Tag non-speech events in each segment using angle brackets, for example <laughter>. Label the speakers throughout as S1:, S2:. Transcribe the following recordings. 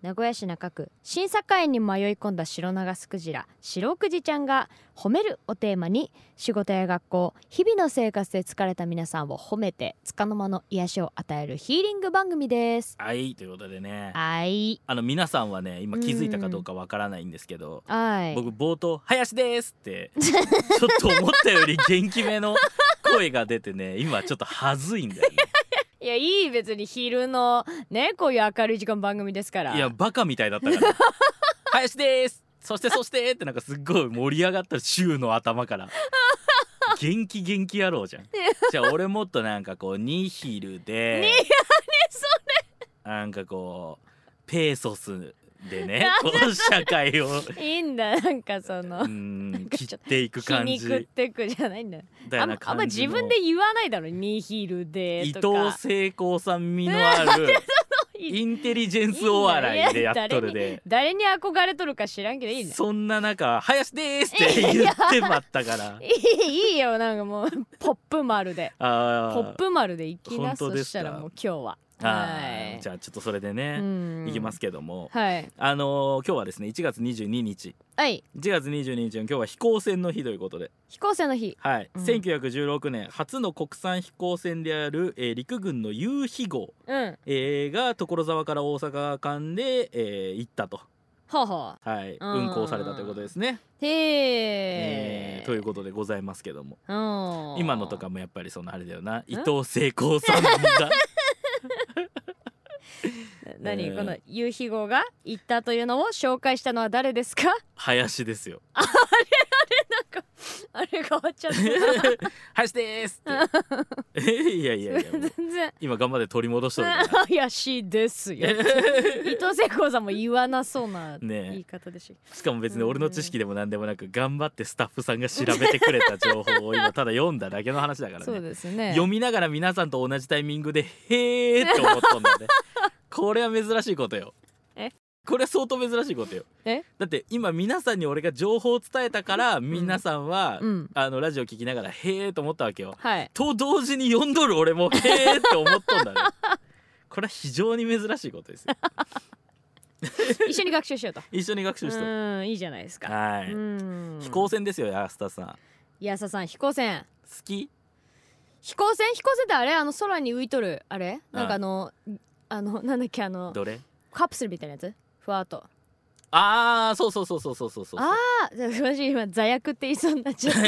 S1: 名古屋市中区審査会に迷い込んだ白長スクジラ白くじちゃんが「褒める」をテーマに仕事や学校日々の生活で疲れた皆さんを褒めて束の間の癒しを与えるヒーリング番組です
S2: はいということでね
S1: はい
S2: あの皆さんはね今気づいたかどうかわからないんですけど、
S1: はい
S2: 僕冒頭「林です」ってちょっと思ったより元気め <laughs> の声が出てね今ちょっと恥ずいんだよね
S1: いやいい別に昼のねこういう明るい時間番組ですから
S2: いやバカみたいだったから「林です」そしてそしてってなんかすっごい盛り上がった週の頭から <laughs> 元気元気野郎じゃんじゃあ俺もっとなんかこう <laughs> ニヒルで
S1: ニヒ
S2: なんかこうペーソス
S1: <laughs>
S2: でねこの社会を
S1: いいんだなんかその
S2: うん切っていく
S1: 皮
S2: 感じ
S1: 肉ってくじゃないんだよ
S2: みたい
S1: あん
S2: な
S1: ま
S2: 感じの
S1: あんま自分で言わないだろニヒルで
S2: 伊
S1: と
S2: 藤
S1: か
S2: 聖光さん味のあるインテリジェンスお笑いでやっとる
S1: いい
S2: で
S1: 誰に憧れとるか知らんけどいいね
S2: そんな中「林です」って言ってまったから
S1: <laughs> いいいいよなんかもうポップ丸でポ
S2: あー
S1: ップ丸でいきな
S2: 本当
S1: そ
S2: ですか
S1: したらもう今日は
S2: あー
S1: はい
S2: じゃあちょっとそれで
S1: ゃ
S2: ね、い
S1: い
S2: きますけども、
S1: はい
S2: あのー今日はですね1月22日
S1: はい
S2: 1月22日の今日は飛行船の日ということで、
S1: 飛行船の日
S2: はい
S1: うん
S2: 1916年初の国産飛行船である、えー陸軍の夕日号、
S1: うん
S2: えーが所沢から大阪間で、えー行ったと、
S1: ほうほ
S2: はい、
S1: うん
S2: 運行されたということですね、
S1: うへ
S2: え
S1: え
S2: ーということでございますけども今
S1: 今
S2: のとかもやっぱりそのあれだよな伊藤聖光さんが
S1: 何、
S2: えー
S1: この夕日号が言ったというのを紹介したのは誰ですか
S2: <laughs>
S1: <laughs>
S2: 林ですよ
S1: あれ変わっちゃ
S2: <laughs>
S1: っ
S2: 林ですっ
S1: <laughs>
S2: ていやいやいや
S1: た
S2: もう
S1: 全然
S2: 今頑張って取り戻しとるから
S1: <laughs> 怪しいです
S2: <laughs>
S1: よ <laughs> 伊藤聖子さんも言わなそうな
S2: ねえ
S1: 言い方でしょ、
S2: しかも別に俺の知識でも何でもなく頑張ってスタッフさんが調べてくれた情報を今ただ読んだだけの話だから
S1: そう
S2: ね
S1: ですね
S2: 読みながら皆さんと同じタイミングで「へえ」って思ったんだ
S1: <laughs>
S2: よねこれは珍しいことよ
S1: え
S2: これは相当珍しいことよ
S1: え
S2: だって今皆さんに俺が情報を伝えたから皆さんは、
S1: うん
S2: あのラジオ聞きながら「へえ」と思ったわけよ
S1: はい
S2: と同時に読んどる俺も「へえ」って思っとんだ
S1: <laughs>
S2: ねこれは非常に珍しいことですよ
S1: 一緒に学習しようと
S2: 一緒に学
S1: う
S2: 習しとる
S1: んいいじゃないですか、
S2: は
S1: う
S2: い
S1: ん
S2: 飛行船ですよ安田さん好
S1: 安田さん飛行船
S2: き
S1: 飛行船飛行船ってあれあの空に浮いとるあれなんかあの、あのなんだっけあの
S2: どれ
S1: カプセルみたいなやつふわっと
S2: ああそうそうそうそうそうそうそう
S1: ああ私今座薬って言いそうになっちゃった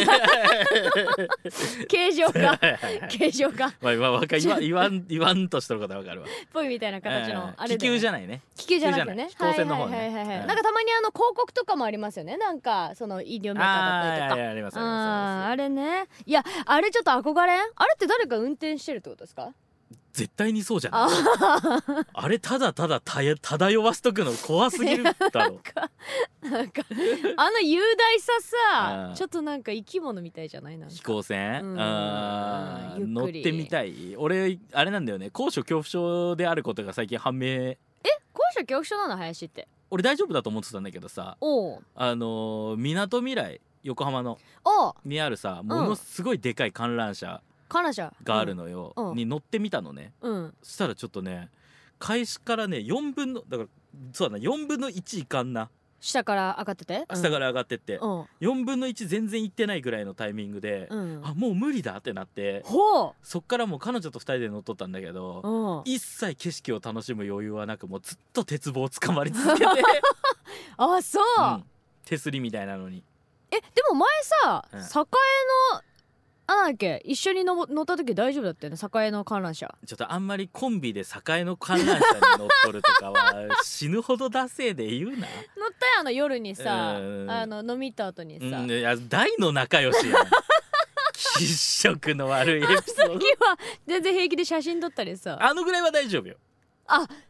S1: 形状が
S2: はいはいはい
S1: 形状が
S2: <laughs> まあ今わか今言わん言わんとしとることはわかるわ
S1: ぽいみたいな形のあれ
S2: 気球じ
S1: ゃ
S2: ゃないね
S1: 気球じゃなくてね
S2: 気球じゃない飛行船の方ね
S1: はいはいはいはい
S2: うん
S1: なんかたまにあの広告とかもありますよねなんかその医療メーカーだ
S2: あ
S1: ったり
S2: あ
S1: と
S2: ーい
S1: か
S2: やありますあり
S1: あー
S2: ますありま
S1: あれねいやあれちょっと憧れんあれって誰か運転してるってことですか <laughs>
S2: す絶対にそうじゃない
S1: あ
S2: あれただただたや漂わしとくの怖すぎるだ
S1: <laughs>
S2: ろ
S1: ーなんかあの雄大さ
S2: う
S1: さ
S2: ん
S1: ちょっとなんか生き物みたいじゃないなんか
S2: 飛行船
S1: うん
S2: あー
S1: ゆっ
S2: 乗っ
S1: くり
S2: てみたい俺あれなんだよね高所恐怖症であることが最近判明
S1: 高所恐怖症なの林って
S2: 俺大丈夫だと思ってたんだけどさ
S1: おう
S2: あのーみなとみらい横浜の
S1: おう
S2: にあるさものすごいでかい観覧車
S1: 彼女
S2: があるのよ、
S1: うんうん
S2: に乗ってみたのね
S1: うん
S2: そしたらちょっとね開始からね4分のだからそうだな4分の1いかんな
S1: 下から上がってて
S2: 下からら上がってって、
S1: うん
S2: 4分の1全然いってないぐらいのタイミングで、
S1: うん
S2: あもう無理だってなって
S1: ほ
S2: そっからもう彼女と2人で乗っとったんだけ
S1: う
S2: ど、
S1: うん
S2: 一切景色を楽しむ余裕はなくもうずっと鉄棒をつかまり続けて、
S1: あそう
S2: うん手すりみたいなのに
S1: えでも前さ、
S2: うん
S1: 栄のあなんだっけ一緒にのぼ乗った時大丈夫だったよね栄の観覧車
S2: ちょっとあんまりコンビで栄の観覧車に乗っとるとかは死ぬほどダセえで言うな。
S1: 乗ったよあの夜にさ
S2: うん
S1: あの飲み行った後にさ、
S2: うん、いや大の仲良しやん喫色の悪いエピソード
S1: 時は全然平気で写真撮ったりさ
S2: あのぐらいは大丈夫よ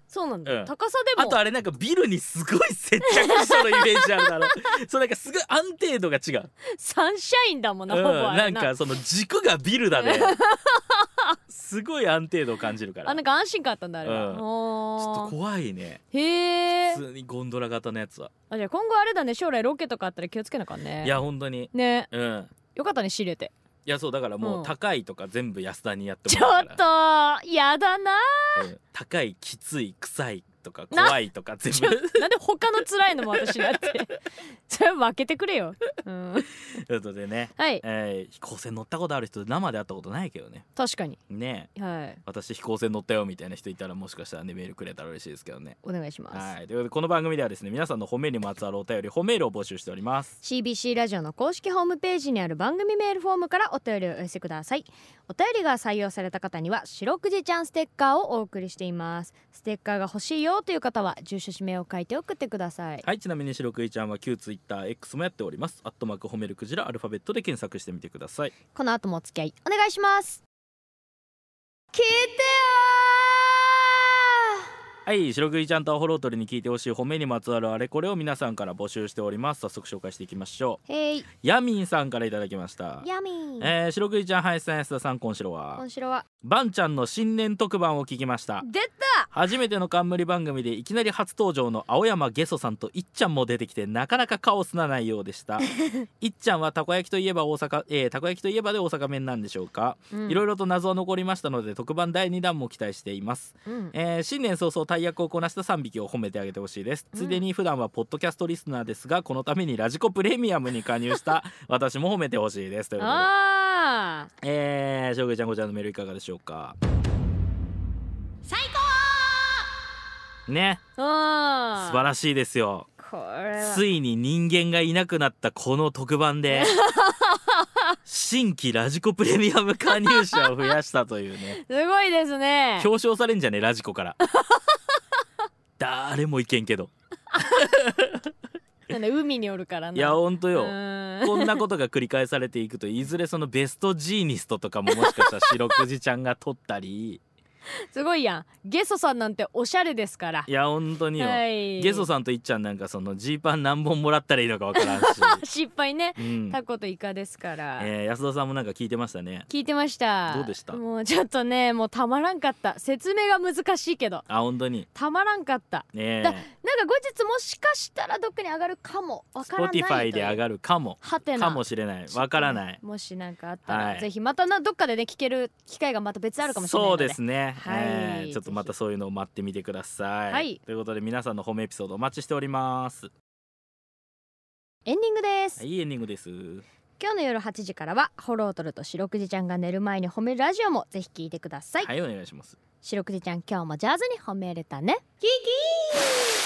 S1: そうなんだ、
S2: うん
S1: 高さで
S2: あ
S1: も
S2: とあれなんかビルにすごい接着しそうなイメージあ
S1: <laughs>
S2: るだろそうなんかすごい安定度が違う、
S1: サンシャインだもんな、
S2: うん
S1: ほぼあ
S2: な
S1: れ
S2: ん
S1: な <laughs>
S2: かその軸がビルだねすすごい安定度を感じるから
S1: あなんか安心感あったんだあれは、
S2: うんちょっ
S1: お
S2: と怖いね
S1: ーへえ
S2: 普通にゴンドラ型のやつは
S1: あじゃあ今後あれだね将来ロケとかあったら気をつけなあかんね
S2: いや本当に
S1: ね
S2: うん
S1: よかったね仕入れて
S2: いやそうだからも
S1: うん
S2: う高いとか全部安田にやって
S1: ち
S2: も
S1: ょ
S2: らう
S1: っ
S2: から
S1: とやだな
S2: うん高いきつい臭いとか怖いとか全
S1: ちょ <laughs> なんで他の辛いのも私だって <laughs> それは分けてくれよ、うん、
S2: 部ということでね、
S1: はい
S2: えー飛行船乗ったことある人生で会ったことないけどね
S1: 確かに
S2: ねえ
S1: はい
S2: 私飛行船乗ったよみたいな人いたらもしかしたらねメールくれたら嬉しいですけどね
S1: お願いします、
S2: はいということでこの番組ではですね皆さんの褒めにまつわるお便り褒めるを募集しております
S1: CBC ラジオの公式ホームページにある番組メールフォームからお便りをお寄せくださいお便りが採用された方には「白くじちゃんステッカー」をお送りしていますステッカーが欲しいよという方は住所氏名を書いて送ってください
S2: はいちなみに白クイちゃんは旧 TwitterX もやっておりますアットマーク褒めるクジラアルファベットで検索してみてください
S1: この後もお付き合いお願いします聞いてよ
S2: はい白クイちゃんとアホロートルに聞いてほしい褒めにまつわるあれこれを皆さんから募集しております早速紹介していきましょ
S1: ーへいう
S2: ヤミンさんからいただきました
S1: ヤミー
S2: えー、白クイちゃん林さん安田さんこんしろは
S1: 今週は
S2: バンちゃんの新年特番を聞きました
S1: 出
S2: 初めての冠番組でいきなり初登場の青山ゲソさんといっちゃんも出てきてなかなかカオスな内容で <laughs> したいっちゃんはたこ焼きといえば大阪、えー、たこ焼きといえばで大阪弁なんでしょうか
S1: た、うん
S2: いろいろと謎は残りましたので特番第2弾も期待しています、
S1: うん
S2: えー新年早々大役をこなした3匹を褒めてあげてほしいです、
S1: うん
S2: ついでに普段はポッドキャストリスナーですがこのためにラジコプレミアムに加入した
S1: <laughs>
S2: 私も褒めてほしいですということで
S1: あー
S2: えー、しょうぐいちゃんこちらのメールいかがでしょうか
S1: 最
S2: ね
S1: 高
S2: 素
S1: うん
S2: 晴らしいですよ
S1: これは
S2: ついに人間がいなくなったこの特
S1: <laughs>
S2: 番で新規ラジコプレミアム加入者を増やしたという
S1: <laughs>
S2: ね
S1: すごいですね
S2: 表彰されんじゃねえラジ
S1: <laughs>
S2: コから誰もいけんけど
S1: なんだ海におるからない
S2: やほんと
S1: う
S2: よ
S1: ん
S2: こんなことが繰り返されていくといずれそのベストジーニストとかももしかしたら白くじちゃんが取ったり
S1: すごいやんゲソさんなんておしゃれですから
S2: <laughs> いやほんとによ、
S1: はい
S2: ゲソさんといっちゃんなんかそのジーパン何本もらったらいいのかわか
S1: <laughs>
S2: らんし、
S1: 失敗ね
S2: うん
S1: タコとイカですから、
S2: えー安田さんもなんか聞いてましたね
S1: 聞いてました
S2: どうでした
S1: もうちょっとねもうたまらんかった説明が難しいけど
S2: あ本当に
S1: たまらんかった
S2: ね
S1: だなんか後日もしかしたらどっかに上がるかもわからないという
S2: Spotify で上がるかも
S1: はてな
S2: かもしれない <laughs> わからない
S1: もしなんかあったら、
S2: はい
S1: ぜひまたなどっかでね聞ける機会がまた別あるかもしれない
S2: そ
S1: の
S2: う
S1: で
S2: ですね、
S1: はい
S2: えーちょっとまたそういうのを待ってみてください、
S1: はい
S2: ということで皆さんの褒めエピソードお待ちしております
S1: エンディングです、
S2: いいエンディングです
S1: 今日の夜8時からはホロートルと白くじちゃんが寝る前に褒めるラジオもぜひ聞いてください、
S2: はいお願いします
S1: 白くじちゃん今日もジャズに褒めれたねキキー